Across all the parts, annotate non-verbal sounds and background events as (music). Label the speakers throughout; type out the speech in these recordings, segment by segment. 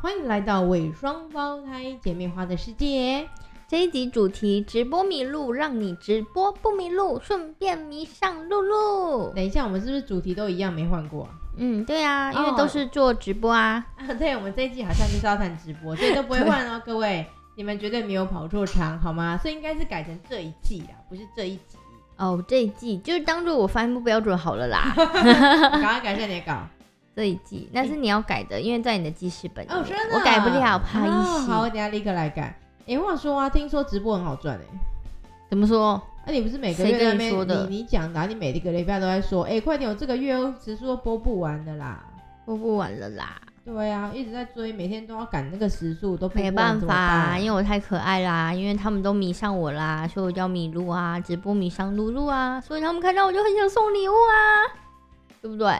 Speaker 1: 欢迎来到伪双胞胎姐妹花的世界。
Speaker 2: 这一集主题直播迷路，让你直播不迷路，顺便迷上露露。
Speaker 1: 等一下，我们是不是主题都一样没换
Speaker 2: (laughs)
Speaker 1: 过啊？
Speaker 2: 嗯，对啊，因
Speaker 1: 哦
Speaker 2: 为都是做直播啊。
Speaker 1: 啊对，我们这一季好像就是要谈直播，所以都不会换哦， (laughs) 各位，你们绝对没有跑错场，好吗？所以应该是改成这一季啦，不是这一集。
Speaker 2: 哦，这一季就是当做我发音不标准好了 (laughs) 啦。
Speaker 1: 赶快改一下你的
Speaker 2: (laughs)
Speaker 1: 稿。
Speaker 2: 这一季那是你要改的，因为在你的记事本里面，
Speaker 1: 哦，真的啊，
Speaker 2: 我改不了，不好
Speaker 1: 哦
Speaker 2: 意思。
Speaker 1: 好，我等一下立刻来改。哎，话说啊，听说直播很好赚哎、
Speaker 2: 怎么说？
Speaker 1: 那、你不是每个
Speaker 2: 谁
Speaker 1: 月在
Speaker 2: 跟
Speaker 1: 那
Speaker 2: 你
Speaker 1: 边
Speaker 2: 说的
Speaker 1: 你你讲的、啊，你每一个礼拜都在说，哎、快点，我这个月哦时数都播不完的啦。
Speaker 2: 播不完了啦，
Speaker 1: 对啊，一直在追，每天都要赶那个时数，都播不
Speaker 2: 没
Speaker 1: 完
Speaker 2: 办
Speaker 1: 怎
Speaker 2: 法
Speaker 1: 么
Speaker 2: 啊，
Speaker 1: 办
Speaker 2: 因为我太可爱啦，因为他们都迷上我啦，所以我叫迷路啊，直播迷上露露啊，所以他们看到我就很想送礼物啊，对不对？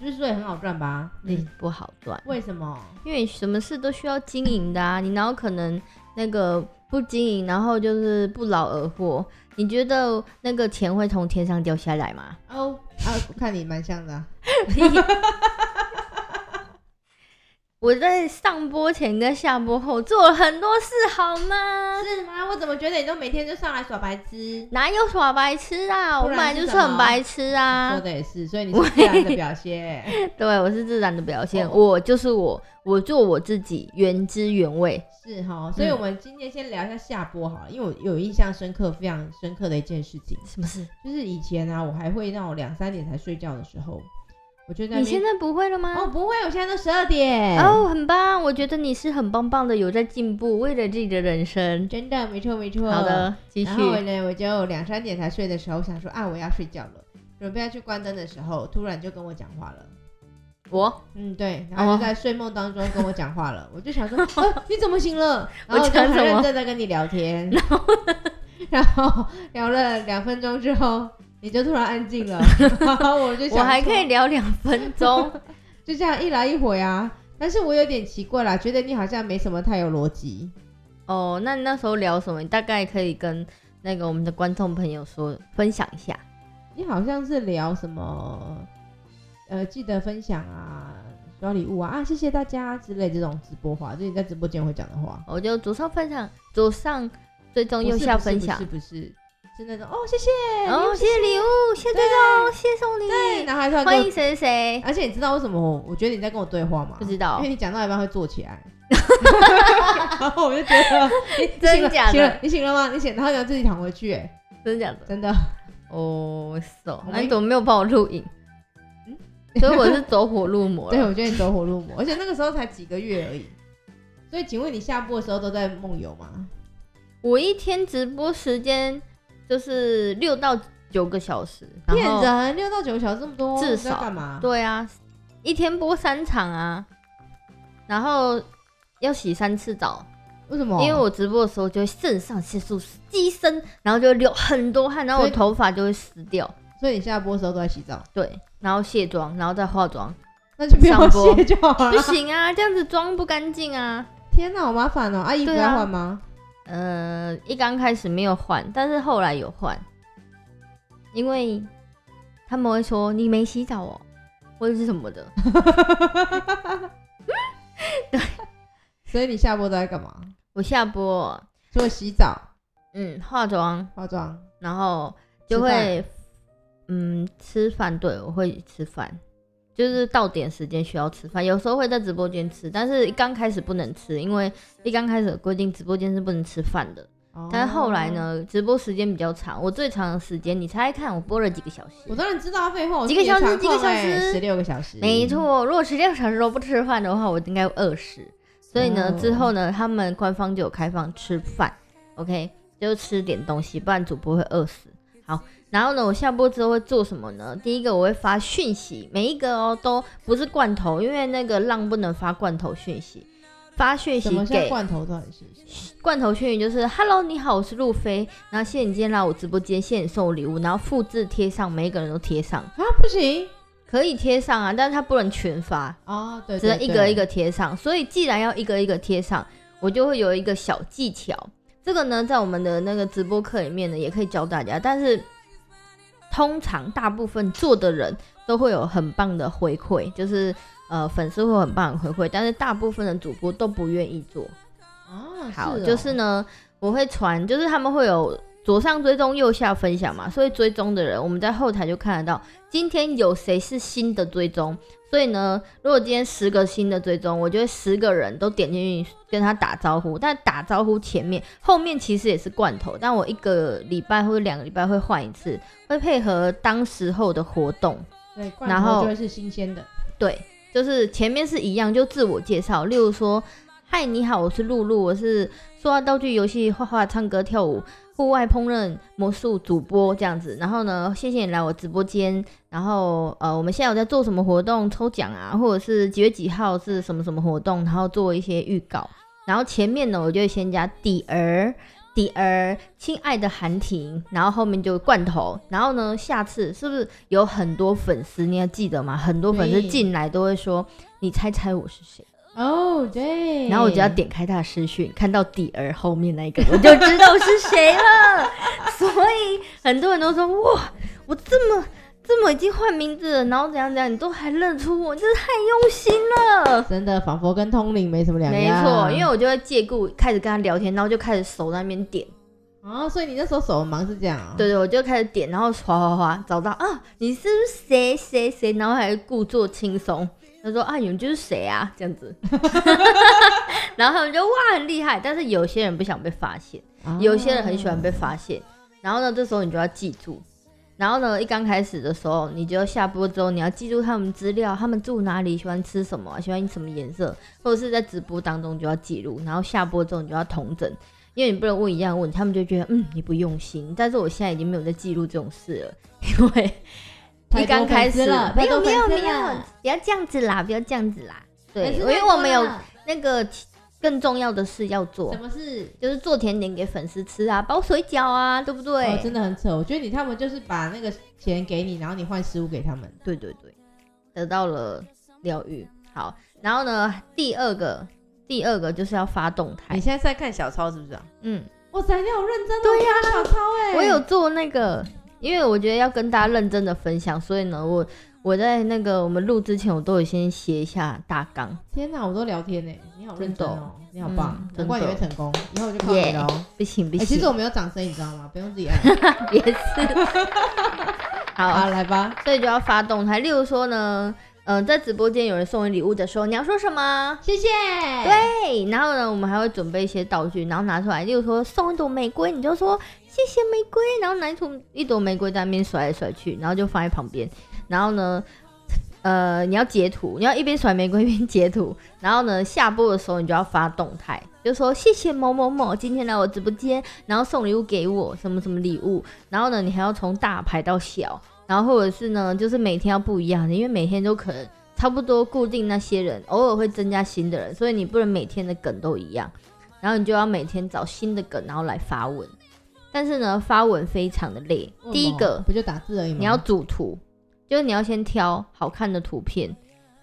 Speaker 1: 就是所以很好赚吧？
Speaker 2: 嗯
Speaker 1: 嗯，，
Speaker 2: 不好赚。
Speaker 1: 为什么？
Speaker 2: 因为什么事都需要经营的啊，你哪有可能那个不经营，然后就是不劳而获？你觉得那个钱会从天上掉下来吗？
Speaker 1: 哦啊，看你蛮像的啊、
Speaker 2: 我在上播前跟下播后做了很多事，好吗？
Speaker 1: 是吗？我怎么觉得你都每天就上来耍白痴？
Speaker 2: 哪有耍白痴啊？我
Speaker 1: 不
Speaker 2: 本
Speaker 1: 然
Speaker 2: 来
Speaker 1: 是
Speaker 2: 就是
Speaker 1: 什么
Speaker 2: 很白痴
Speaker 1: 说
Speaker 2: 啊！
Speaker 1: 的也是，所以你是自然的表现。
Speaker 2: (laughs) 对，我是自然的表现，
Speaker 1: 哦
Speaker 2: 我就是我，我做我自己，原汁原味。
Speaker 1: (laughs) 是哈，所以我们今天先聊一下下播好了，因为我有印象深刻、非常深刻的一件事情，
Speaker 2: 什么事？
Speaker 1: 就是以前啊，我还会那种两三点才睡觉的时候，我就在那
Speaker 2: 你现
Speaker 1: 边
Speaker 2: 在不会了吗？
Speaker 1: 哦，不会，我现在都十二点
Speaker 2: 哦，很棒！我觉得你是很棒棒的，有在进步，为了自己的人生。
Speaker 1: 真的没错没错。
Speaker 2: 好，的，继续
Speaker 1: 嗯然。后呢，我就两三点才睡的时候，想说啊，我要睡觉了，准备要去关灯的时候，突然就跟我讲话了。
Speaker 2: 我
Speaker 1: 嗯，对，然后
Speaker 2: 哦
Speaker 1: 就在睡梦当中跟我讲话了，我就想说，啊、你怎么醒
Speaker 2: (laughs)
Speaker 1: 了？然后
Speaker 2: 我
Speaker 1: 就
Speaker 2: 讲
Speaker 1: 很
Speaker 2: 什么
Speaker 1: 认真的跟你聊天，然后然后聊了两分钟之后，你就突然安静
Speaker 2: (laughs)
Speaker 1: 了，然后我就想说，
Speaker 2: 我还可以聊两分钟，
Speaker 1: (laughs) 就这样一来一回啊。但是我有点奇怪啦，觉得你好像没什么太有逻辑，
Speaker 2: 哦，那你那时候聊什么？你大概可以跟那个我们的观众朋友说分享一下。
Speaker 1: 你好像是聊什么，呃，记得分享啊，刷礼物啊，啊，谢谢大家之类这种直播话，就是你在直播间会讲的话。
Speaker 2: 我就左上分享，左上追踪，
Speaker 1: 不
Speaker 2: 右
Speaker 1: 是
Speaker 2: 下
Speaker 1: 不是
Speaker 2: 嗯分
Speaker 1: 不
Speaker 2: 享
Speaker 1: 是。不是？是那种哦，谢谢，
Speaker 2: 哦，谢谢礼物，谢谢追踪，谢谢送
Speaker 1: 对，
Speaker 2: 礼，
Speaker 1: 然后还突然
Speaker 2: 欢
Speaker 1: 跟我
Speaker 2: 迎谁谁谁。
Speaker 1: 而且你知道为什么我我觉得你在跟我对话吗？
Speaker 2: 不知道
Speaker 1: 因为你讲到一半会坐起
Speaker 2: (laughs)
Speaker 1: 来，然后我就觉得你你
Speaker 2: 真
Speaker 1: 醒了
Speaker 2: 假的
Speaker 1: 醒了，你醒了吗？你醒，然后你要自己躺回去，哎，
Speaker 2: 真的假的？
Speaker 1: 真的，
Speaker 2: 哦，是哦
Speaker 1: 我。们
Speaker 2: 那你怎么没有帮我录影
Speaker 1: 嗯？
Speaker 2: 所以我是走火入魔
Speaker 1: 对
Speaker 2: 了。
Speaker 1: 我觉得你走火入魔，而且那个时候才几个月而已。所以，请问你下播的时候都在梦游吗？
Speaker 2: 我一天直播时间就是六到九个小时，然
Speaker 1: 骗
Speaker 2: 后
Speaker 1: 人，六到九个小时这么多，
Speaker 2: 至
Speaker 1: 你在
Speaker 2: 少
Speaker 1: 干嘛？
Speaker 2: 对啊，一天播三场啊，然后要洗三次澡，
Speaker 1: 为什么？
Speaker 2: 因为我直播的时候就会肾上腺素激升，然后就会流很多汗，然后我
Speaker 1: 所以
Speaker 2: 头发就会湿掉。
Speaker 1: 所以你下播的时候都在洗澡，
Speaker 2: 对，然后卸妆，然后再
Speaker 1: (laughs)
Speaker 2: 化妆，
Speaker 1: 那就不要
Speaker 2: 上播
Speaker 1: 卸就好
Speaker 2: (laughs) 不
Speaker 1: 了。
Speaker 2: 行啊，这样子妆不干净啊。
Speaker 1: 天哪，好麻烦哦！啊，衣服
Speaker 2: 对啊
Speaker 1: 要换
Speaker 2: (laughs)
Speaker 1: 吗？
Speaker 2: 呃，一刚开始没有换，但是后来有换，因为他们会说你没洗澡哦，或者是什么的。
Speaker 1: 所以你下播都在干嘛？
Speaker 2: 我下播，
Speaker 1: 除了洗澡、
Speaker 2: 嗯，化妆，
Speaker 1: 化妆，
Speaker 2: 然后就
Speaker 1: 吃饭
Speaker 2: 会，嗯，吃饭，对我会吃饭，就是到点时间需要吃饭，有时候会在直播间吃，但是一刚开始不能吃，因为一刚开始有规定直播间是不能吃饭的。但是后来
Speaker 1: 哦？
Speaker 2: 呢，直播时间比较长，我最长的时间，你猜猜看，我播了几个小时
Speaker 1: 我？当然知道啊，废话，
Speaker 2: 几个小时几个小时
Speaker 1: 哎十六个小时，
Speaker 2: 没。错，如果十六小时都不吃饭的话，我应该有饿死。所以呢，
Speaker 1: 哦
Speaker 2: 之后呢，他们官方就有开放吃饭，OK，就吃点东西，不然主播会饿死。好，然后呢，我下播之后会做什么呢？第一个我会发讯息，每一个哦都不是罐头，因为那个浪不能发罐头讯息，发讯
Speaker 1: 什
Speaker 2: 息
Speaker 1: 么叫
Speaker 2: 给
Speaker 1: 罐头到底是不是？
Speaker 2: 罐头讯息就是 “Hello，你好，我是路飞，然后谢谢你今天来我直播间，谢谢你送我礼物，然后复制贴上，每一个人都贴上，
Speaker 1: 啊，不行
Speaker 2: 可以贴上啊，但是它不能群发，
Speaker 1: 哦，对，
Speaker 2: 只能
Speaker 1: 对
Speaker 2: 一个一，
Speaker 1: 对
Speaker 2: 个贴上。所以既然要一个一个贴上，我就会有一个小技巧。这个呢，在我们的那个直播课里面呢，也可以教大家。但是通常大部分做的人都会有很棒的回馈，就是呃粉丝会有很棒的回馈，但是大部分的主播都不愿意做。
Speaker 1: 啊，
Speaker 2: 好，
Speaker 1: 哦
Speaker 2: 就是呢，我会传，就是他们会有左上追踪，右下分享嘛，所以追踪的人，我们在后台就看得到，今天有谁是新的追踪。所以呢，如果今天十个新的追踪，我觉得十个人都点进去跟他打招呼，但打招呼前面后面其实也是罐头，但我一个礼拜或者两个礼拜会换一次，会配合当时候的活动。
Speaker 1: 对，
Speaker 2: 然
Speaker 1: 然
Speaker 2: 后
Speaker 1: 后就会是新鲜的，
Speaker 2: 对，就是前面是一样，就自我介绍，例如说，嗨，你好，我是露露，我是说话道具游戏、画画、唱歌、跳舞、户外烹饪、魔术主播这样子。然后呢，谢谢你来我直播间。然后呃，我们现在有在做什么活动抽奖啊，或者是几月几号是什么什么活动，然后做一些预告。然后前面呢，我就会先加底儿。底儿，亲爱的韩婷，然后后面就罐头，然后呢，下次是不是有很多粉丝？你要记得吗？很多粉丝
Speaker 1: 对
Speaker 2: 进来都会说，你猜猜我是谁？
Speaker 1: 哦，对，
Speaker 2: 然后我只要点开他的私讯，看到底儿后面那一个，我 (laughs) 就知道是谁了。 (laughs) 所以很多人都说，哇，我这么这么已经换名字了，然后怎样怎样，你都还认出我，真是太用心了。
Speaker 1: 真的仿佛跟通灵没什么两
Speaker 2: 没
Speaker 1: 样，
Speaker 2: 错，因为我就会借故开始跟他聊天，然后就开始手在那边点。
Speaker 1: 啊，所以你那时候手很忙是这样啊，
Speaker 2: 对对，我就开始点，然后滑滑滑找到啊，你是谁谁谁，然后还故作轻松，他说啊，你们就是谁啊，这样子， (laughs) 然后他们就哇很厉害，但是有些人不想被发现，
Speaker 1: 啊，
Speaker 2: 有些人很喜欢被发现，然后呢，这时候你就要记住。然后呢，一刚开始的时候，你就下播之后，你要记住他们资料，他们住哪里，喜欢吃什么啊，喜欢什么颜色，或者是在直播当中就要记录，然后下播之后你就要同整，因为你不能问一样问，他们就觉得嗯你不用心。但是我现在已经没有在记录这种事了， (laughs) 因为
Speaker 1: 太
Speaker 2: 一刚
Speaker 1: 多
Speaker 2: 开
Speaker 1: 粉丝
Speaker 2: 始
Speaker 1: 了，
Speaker 2: 没
Speaker 1: 太多
Speaker 2: 有没有
Speaker 1: 粉
Speaker 2: 没
Speaker 1: 丝
Speaker 2: 有
Speaker 1: 了，
Speaker 2: 不要这样子啦，不要这样子啦。对，
Speaker 1: 粉丝
Speaker 2: 因
Speaker 1: 太
Speaker 2: 为我们有
Speaker 1: 多了
Speaker 2: 那个更重要的事要做
Speaker 1: 什，么事？
Speaker 2: 就是做甜点给粉丝吃啊，包水饺啊，对不对？
Speaker 1: 哦，真的很扯。我觉得你他们就是把那个钱给你，然后你换食物给他们。
Speaker 2: 对对对，得到了疗愈。好，然后呢，第二个，第二个就是要发动态
Speaker 3: 你。现在是在看小抄是不是啊？
Speaker 2: 嗯，
Speaker 1: 哇塞，你好认真哦！
Speaker 2: 对
Speaker 1: 呀、小超哎、
Speaker 2: 我有做那个，因为我觉得要跟大家认真的分享，所以呢，我我在那个我们录之前，我都有先写一下大纲。
Speaker 1: 天哪，我都聊天呢、你好认真哦，你好棒，
Speaker 2: 嗯
Speaker 1: 难怪你
Speaker 2: 真
Speaker 1: 会
Speaker 2: 的
Speaker 1: 成功，以后我就靠你喽。
Speaker 2: 不行不
Speaker 1: 哎、
Speaker 2: 行，
Speaker 1: 其实我没有掌声，你知道吗？不用自己按。
Speaker 2: (laughs) 也是。好，
Speaker 1: 好，来吧，
Speaker 2: 所以就要发动态。例如说呢，嗯、在直播间有人送你礼物的时候，你要说什么？
Speaker 1: 谢谢。
Speaker 2: 对对，然后呢，我们还会准备一些道具，然后拿出来，例如说送一朵玫瑰，你就说谢谢玫瑰，然后拿出一朵玫瑰在那边甩来甩去，然后就放在旁边，然后呢。呃，你要截图，你要一边甩玫瑰一边截图，然后呢，下播的时候你就要发动态，就说谢谢某某某今天来我直播间，然后送礼物给我，什么什么礼物，然后呢，你还要从大排到小，然后或者是呢，就是每天要不一样的，因为每天都可能差不多固定那些人，偶尔会增加新的人，所以你不能每天的梗都一样，然后你就要每天找新的梗，然后来发文。但是呢，发文非常的累。
Speaker 1: 为什么
Speaker 2: 第一个，
Speaker 1: 不就打字而已吗？
Speaker 2: 你要，主图，就是你要先挑好看的图片，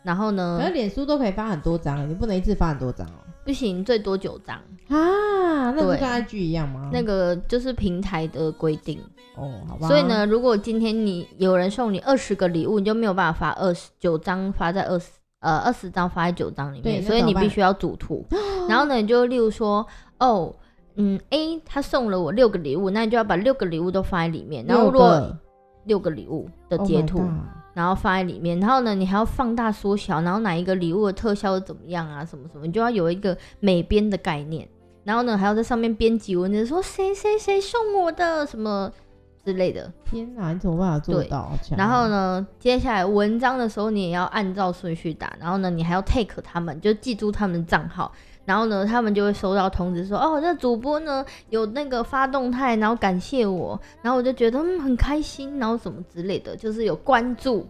Speaker 2: 然后
Speaker 1: 可是
Speaker 2: 呢，
Speaker 1: 脸书都可以发很多张、欸，你不能一次发很多张哦、
Speaker 2: 不行，最多九张，
Speaker 1: 啊，那不
Speaker 2: 对
Speaker 1: 是跟 IG 一样吗？
Speaker 2: 那个就是平台的规定。
Speaker 1: 哦，好吧。
Speaker 2: 所以，呢，如果今天你有人送你二十个礼物，你就没有办法发二十九张发在二十呃二十张发在九张里面，
Speaker 1: 对那
Speaker 2: 所以你
Speaker 1: 怎么办
Speaker 2: 必须要组
Speaker 1: (gasps)
Speaker 2: 图。然后呢，你就例如说，哦，嗯，A 他送了我六个礼物，那你就要把六个礼物都放在里面，然后如果六个礼物的截图
Speaker 1: Oh my god
Speaker 2: 然后放在里面，然后呢，你还要放大缩小，然后哪一个礼物的特效是怎么样啊，什么什么，你就要有一个美编的概念。然后呢，还要在上面编辑文字，说谁谁谁送我的什么之类的。
Speaker 1: 天哪，你怎么办法做
Speaker 2: 对
Speaker 1: 到？好强
Speaker 2: 然后
Speaker 1: 哦？
Speaker 2: 呢，接下来文章的时候，你也要按照顺序打。然后呢，你还要 take 他们，就记住他们的账号。然后呢，他们就会收到通知说，哦，那主播呢有那个发动态，然后感谢我，然后我就觉得嗯很开心，然后什么之类的，就是有关注。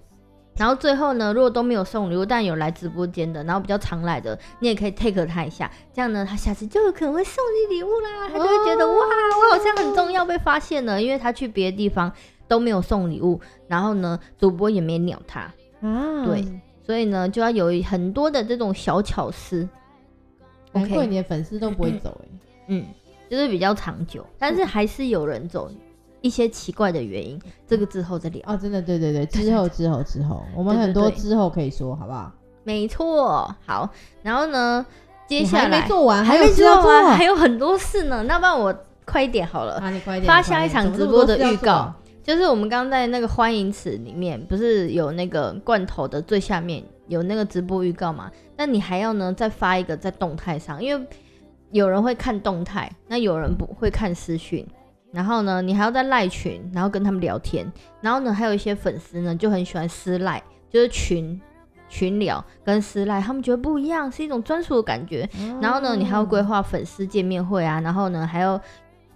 Speaker 2: 然后最后呢，如果都没有送礼物，但有来直播间的，然后比较常来的，你也可以 take 他一下，这样呢，他下次就有可能会送你礼物啦，他就会觉得、哇，我好像很重要被发现了，因为他去别的地方都没有送礼物，然后呢，主播也没鸟他，
Speaker 1: 啊，
Speaker 2: 对，所以呢，就要有很多的这种小巧思。
Speaker 1: 难怪
Speaker 2: OK，
Speaker 1: 你的粉丝都不会走哎、
Speaker 2: 嗯，就是比较长久，但是还是有人走，一些奇怪的原
Speaker 1: 嗯
Speaker 2: 因，这个之后再聊。
Speaker 1: 啊哦，真的，对对对，之后之后之后，我们
Speaker 2: 对对
Speaker 1: 很多
Speaker 2: 对
Speaker 1: 之后可以说，好不好？
Speaker 2: 没错，好，然后呢，接
Speaker 1: 你
Speaker 2: 下
Speaker 1: 还没
Speaker 2: 来
Speaker 1: 做完，
Speaker 2: 还
Speaker 1: 有
Speaker 2: 没
Speaker 1: 事
Speaker 2: 做啊
Speaker 1: 要做啊
Speaker 2: 完，还有很多事呢，那不然我快一点好了。
Speaker 1: 啊，你快一点
Speaker 2: 发
Speaker 1: 你快
Speaker 2: 下一
Speaker 1: 点
Speaker 2: 场
Speaker 1: 怎么这
Speaker 2: 直
Speaker 1: 么
Speaker 2: 播
Speaker 1: 多
Speaker 2: 的
Speaker 1: 事要
Speaker 2: 预
Speaker 1: 做啊
Speaker 2: 告，就是我们刚刚在那个欢迎词里面，不是有那个罐头的最下面有那个直播预告嘛？那你还要呢再发一个在动态上，因为有人会看动态，那有人不会看私讯。然后呢，你还要在赖群，然后跟他们聊天。然后呢，还有一些粉丝呢就很喜欢私赖，就是群群聊跟私赖，他们觉得不一样，是一种专属的感觉。 (laughs)
Speaker 1: 哦
Speaker 2: 然后呢，你还要
Speaker 1: 啊
Speaker 2: 规划粉丝见面会啊，然后呢，还要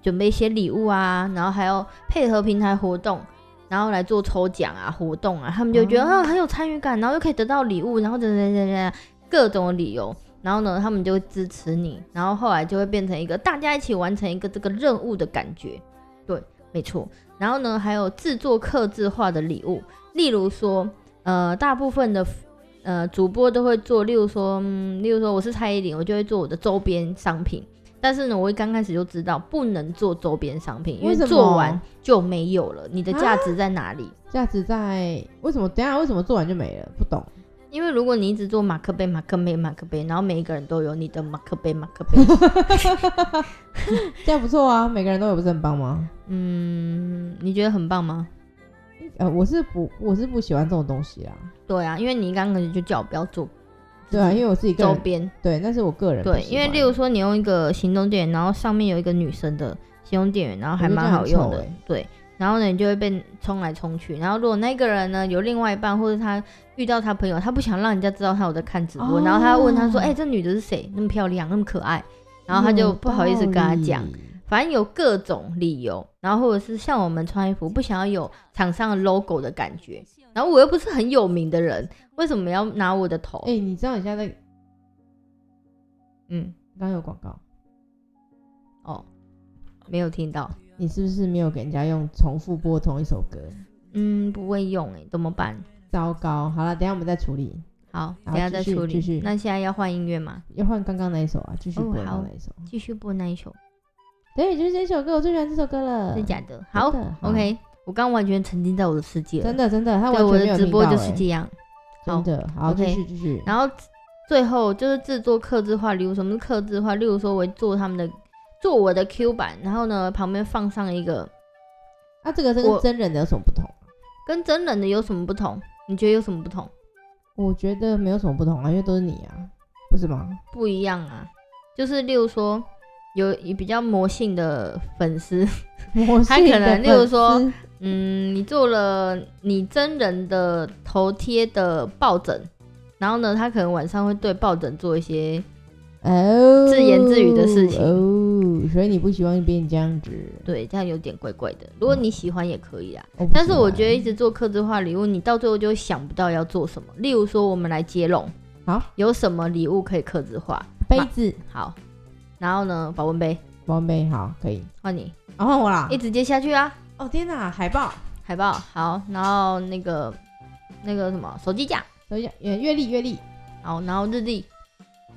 Speaker 2: 准备一些礼物啊，然后还要配合平台活动，然后来做抽奖啊、活动啊，他们就觉得、
Speaker 1: 哦
Speaker 2: 啊很有参与感，然后又可以得到礼物，然后等等等等各种理由，然后呢，他们就会支持你，然后后来就会变成一个大家一起完成一个这个任务的感觉，对，没错。然后呢，还有制作刻制化的礼物，例如说，呃，大部分的呃主播都会做，例如说，嗯，例如说我是蔡依林，我就会做我的周边商品。但是呢，我一刚开始就知道不能做周边商品，因
Speaker 1: 为什么
Speaker 2: 做完就没有了，你的价值在哪里？
Speaker 1: 价值在为什么？等一下为什么做完就没了？不懂。
Speaker 2: 因为如果你一直做马克杯、马克杯、马克杯，然后每一个人都有你的马克杯、马克杯， (laughs)
Speaker 1: 这样不错啊，每个人都有，不是很棒吗？
Speaker 2: 嗯，你觉得很棒吗？
Speaker 1: 呃，我是不，我是不喜欢这种东西啦。
Speaker 2: 对啊，因为你一刚开始就叫我不要做
Speaker 1: 对啊，因为我自己个
Speaker 2: 周
Speaker 1: 人，
Speaker 2: 边，
Speaker 1: 对，那是我个人不喜
Speaker 2: 对
Speaker 1: 欢。，
Speaker 2: 因为例如说你用一个行动电源，然后上面有一个女生的行动电源，然后还蛮好用
Speaker 1: 我觉得
Speaker 2: 的
Speaker 1: 这样很欸丑，
Speaker 2: 对。然后呢，你就会被冲来冲去。然后如果那个人呢有另外一半，或者他遇到他朋友，他不想让人家知道他有在看直播，
Speaker 1: 哦
Speaker 2: 然后他问他说：“哎、这女的是谁？那么漂亮，那么可爱。”然后他就不好意思跟他讲
Speaker 1: 有，道理。
Speaker 2: 反正有各种理由，然后或者是像我们穿衣服不想要有厂商的 logo 的感觉，然后我又不是很有名的人，为什么要拿我的头？
Speaker 1: 哎、你知道你现在在
Speaker 2: 嗯，
Speaker 1: 刚刚有广告，
Speaker 2: 哦，没有听到，
Speaker 1: 你是不是没有给人家用重复播同一首歌？
Speaker 2: 嗯，不会用哎、怎么办？
Speaker 1: 糟糕，好了，等一下我们再处理。
Speaker 2: 好，
Speaker 1: 好
Speaker 2: 等一下再
Speaker 1: 继续
Speaker 2: 处理
Speaker 1: 继续。
Speaker 2: 那现在要换音乐吗？
Speaker 1: 要换刚刚那一首啊，继续
Speaker 2: 哦
Speaker 1: 播刚
Speaker 2: 好
Speaker 1: 刚那一首。
Speaker 2: 继续播那一首，
Speaker 1: 对，就是这首歌，我最喜欢这首歌了。
Speaker 2: 是假的。哦好
Speaker 1: 真的好
Speaker 2: ，OK，我刚完全沉浸在我的世界了
Speaker 1: 真，的真的，他完
Speaker 2: 对
Speaker 1: 全
Speaker 2: 我
Speaker 1: 没有
Speaker 2: 的直播
Speaker 1: 听到
Speaker 2: 就是
Speaker 1: 欸
Speaker 2: 这样。好
Speaker 1: 真的。好，
Speaker 2: ，OK
Speaker 1: 继续继续。
Speaker 2: 然后最后就是制作刻字化，例如什么是刻字化，例如说我做他们的做我的 Q 版，然后呢旁边放上一个
Speaker 1: 那、啊这个这
Speaker 2: 我
Speaker 1: 跟真人的有什么不同？
Speaker 2: 跟真人的有什么不同？你觉得有什么不同？
Speaker 1: 我觉得没有什么不同啊，因为都是你啊，不是
Speaker 2: (laughs)
Speaker 1: 吗？
Speaker 2: 不一样啊，就是例如说有比较魔性的粉丝，
Speaker 1: 我
Speaker 2: 他
Speaker 1: 是你
Speaker 2: 可
Speaker 1: 的
Speaker 2: 能例如
Speaker 1: 粉
Speaker 2: 说
Speaker 1: 丝
Speaker 2: 嗯，你做了你真人的头贴的抱枕，然后呢，他可能晚上会对抱枕做一些，
Speaker 1: 哦
Speaker 2: 自言自语的事情
Speaker 1: 哦，所以你不希望别人这样子。
Speaker 2: 对，这样有点怪怪的。如果你喜欢也可以啊，
Speaker 1: 不
Speaker 2: 但是
Speaker 1: 喜
Speaker 2: 我
Speaker 1: 欢
Speaker 2: 觉得一直做客制化礼物，你到最后就会想不到要做什么。例如说，我们来接龙，
Speaker 1: 好，
Speaker 2: 有什么礼物可以客制化？
Speaker 1: 杯子
Speaker 2: 好，然后呢，保温杯
Speaker 1: 王杯好可以，
Speaker 2: 换你，
Speaker 1: 然、后我啦
Speaker 2: 一直接下去啊，
Speaker 1: 哦天哪，海报，
Speaker 2: 海报好，然后那个那个什么手机架，
Speaker 1: 等一下，呃阅历阅历
Speaker 2: 好，然后日历、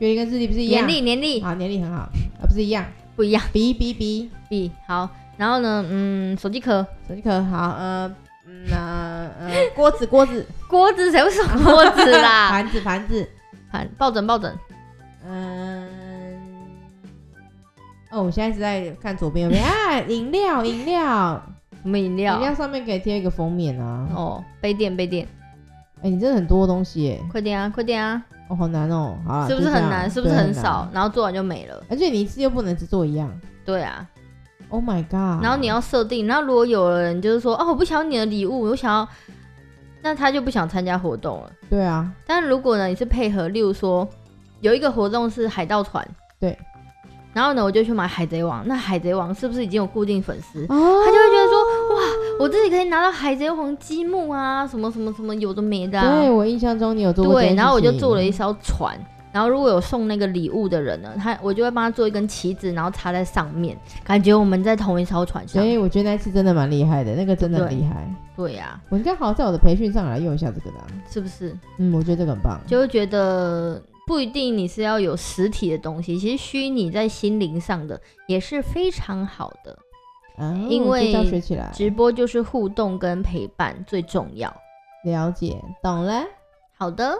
Speaker 1: 阅历跟智力不是一样
Speaker 2: 年？历、年历
Speaker 1: 好，年历很好，啊不是一样，
Speaker 2: 不一样。
Speaker 1: 比比比，
Speaker 2: B 好，然后呢，嗯，手机壳，
Speaker 1: 手机壳好，呃嗯呃呃锅子锅子
Speaker 2: 锅子谁会送 (laughs) 锅子啦？
Speaker 1: (laughs) 盘子盘子，
Speaker 2: 盘抱枕抱枕，
Speaker 1: 嗯，哦，我现在是在看左边右
Speaker 2: (laughs)
Speaker 1: 边啊，饮料饮料，
Speaker 2: 什么饮
Speaker 1: 饮
Speaker 2: 料？
Speaker 1: 料上面可以贴一个封面啊。
Speaker 2: 哦，杯垫杯垫，
Speaker 1: 哎、你真的很多东西耶，
Speaker 2: 快点啊快点啊！
Speaker 1: 哦，好难哦，好啦
Speaker 2: 是不是
Speaker 1: 就这
Speaker 2: 很
Speaker 1: 样
Speaker 2: 难？是不是
Speaker 1: 对啊
Speaker 2: 很
Speaker 1: 很
Speaker 2: 少
Speaker 1: 难？？
Speaker 2: 然后做完就没了。
Speaker 1: 而且你一次又不能只做一样
Speaker 2: 对啊，
Speaker 1: ，Oh my god！
Speaker 2: 然后你要设定，然后如果有人就是说，哦，我不想要你的礼物，我想要，那他就不想参加活动了。
Speaker 1: 对啊，
Speaker 2: 但如果呢，你是配合，例如说有一个活动是海盗船，
Speaker 1: 对，
Speaker 2: 然后呢，我就去买海贼王，那海贼王是不是已经有固定粉丝？
Speaker 1: 哦
Speaker 2: 啊他就会觉得说，哇，我自己可以拿到海贼王积木啊，什么什么什么，有的没的、啊
Speaker 1: 对。我印象中你有做过这件事
Speaker 2: 对，
Speaker 1: 情，
Speaker 2: 然后我就做了一艘船，然后如果有送那个礼物的人呢，他我就会帮他做一根旗子，然后插在上面，感觉我们在同一艘船
Speaker 1: 所
Speaker 2: 上。
Speaker 1: 以我觉得那次真的蛮厉害的，那个真的很厉害。
Speaker 2: 对呀、
Speaker 1: 我应该好好在我的培训上来用一下这个的啊、
Speaker 2: 是不是？
Speaker 1: 嗯，我觉得这个很棒。
Speaker 2: 就会觉得不一定你是要有实体的东西，其实虚拟在心灵上的也是非常好的。
Speaker 1: 啊，
Speaker 2: 因
Speaker 1: 这
Speaker 2: 为
Speaker 1: 招学起来，
Speaker 2: 直播就是互动跟陪伴最重要。
Speaker 1: 了解懂了。
Speaker 2: 好的，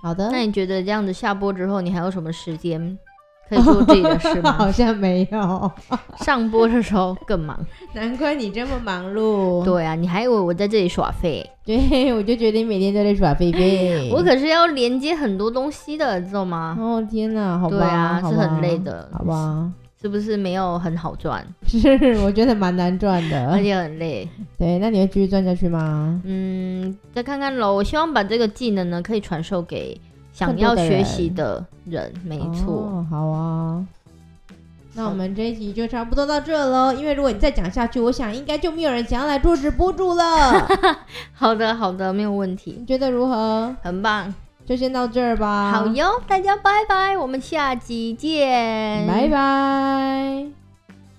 Speaker 1: 好的，
Speaker 2: 那你觉得这样子下播之后，你还有什么时间可以做自己的事吗
Speaker 1: (laughs) 好？像没
Speaker 2: (laughs)
Speaker 1: 有，
Speaker 2: 上播的时候更忙。
Speaker 1: 难怪你这么忙碌。
Speaker 2: (laughs) 对啊，你还以为我在这里耍废？
Speaker 1: 对，我就觉得你每天都在耍飞飞。
Speaker 2: 我可是要连接很多东西的，你知道吗？
Speaker 1: (laughs) 哦天哪，好吧，
Speaker 2: 对啊，
Speaker 1: 好
Speaker 2: 是
Speaker 1: 吧
Speaker 2: 很累，的，
Speaker 1: 好
Speaker 2: (laughs)
Speaker 1: 吧？
Speaker 2: 是不是没有很好赚，
Speaker 1: 是，我觉得蛮难赚
Speaker 2: (laughs) 而
Speaker 1: 的。
Speaker 2: 且很累？
Speaker 1: 对，那你会继续赚下去吗？
Speaker 2: 嗯，再看看喽。我希望把这个技能呢，可以传授给想
Speaker 1: 更多
Speaker 2: 要
Speaker 1: 的
Speaker 2: 学
Speaker 1: 人
Speaker 2: 习的人。没错，
Speaker 1: 哦，好啊。那
Speaker 2: 好
Speaker 1: 我们这一集就差不多到这喽，因为如果你再讲下去，我想应该就没有人想要来做直播主
Speaker 2: (laughs)
Speaker 1: 了。
Speaker 2: (laughs) 好的，好的，没有问题
Speaker 1: 你，觉得如何？
Speaker 2: 很棒。
Speaker 1: 就先到这儿吧。
Speaker 2: 好哟，大家拜拜，我们下集见，
Speaker 1: 拜拜。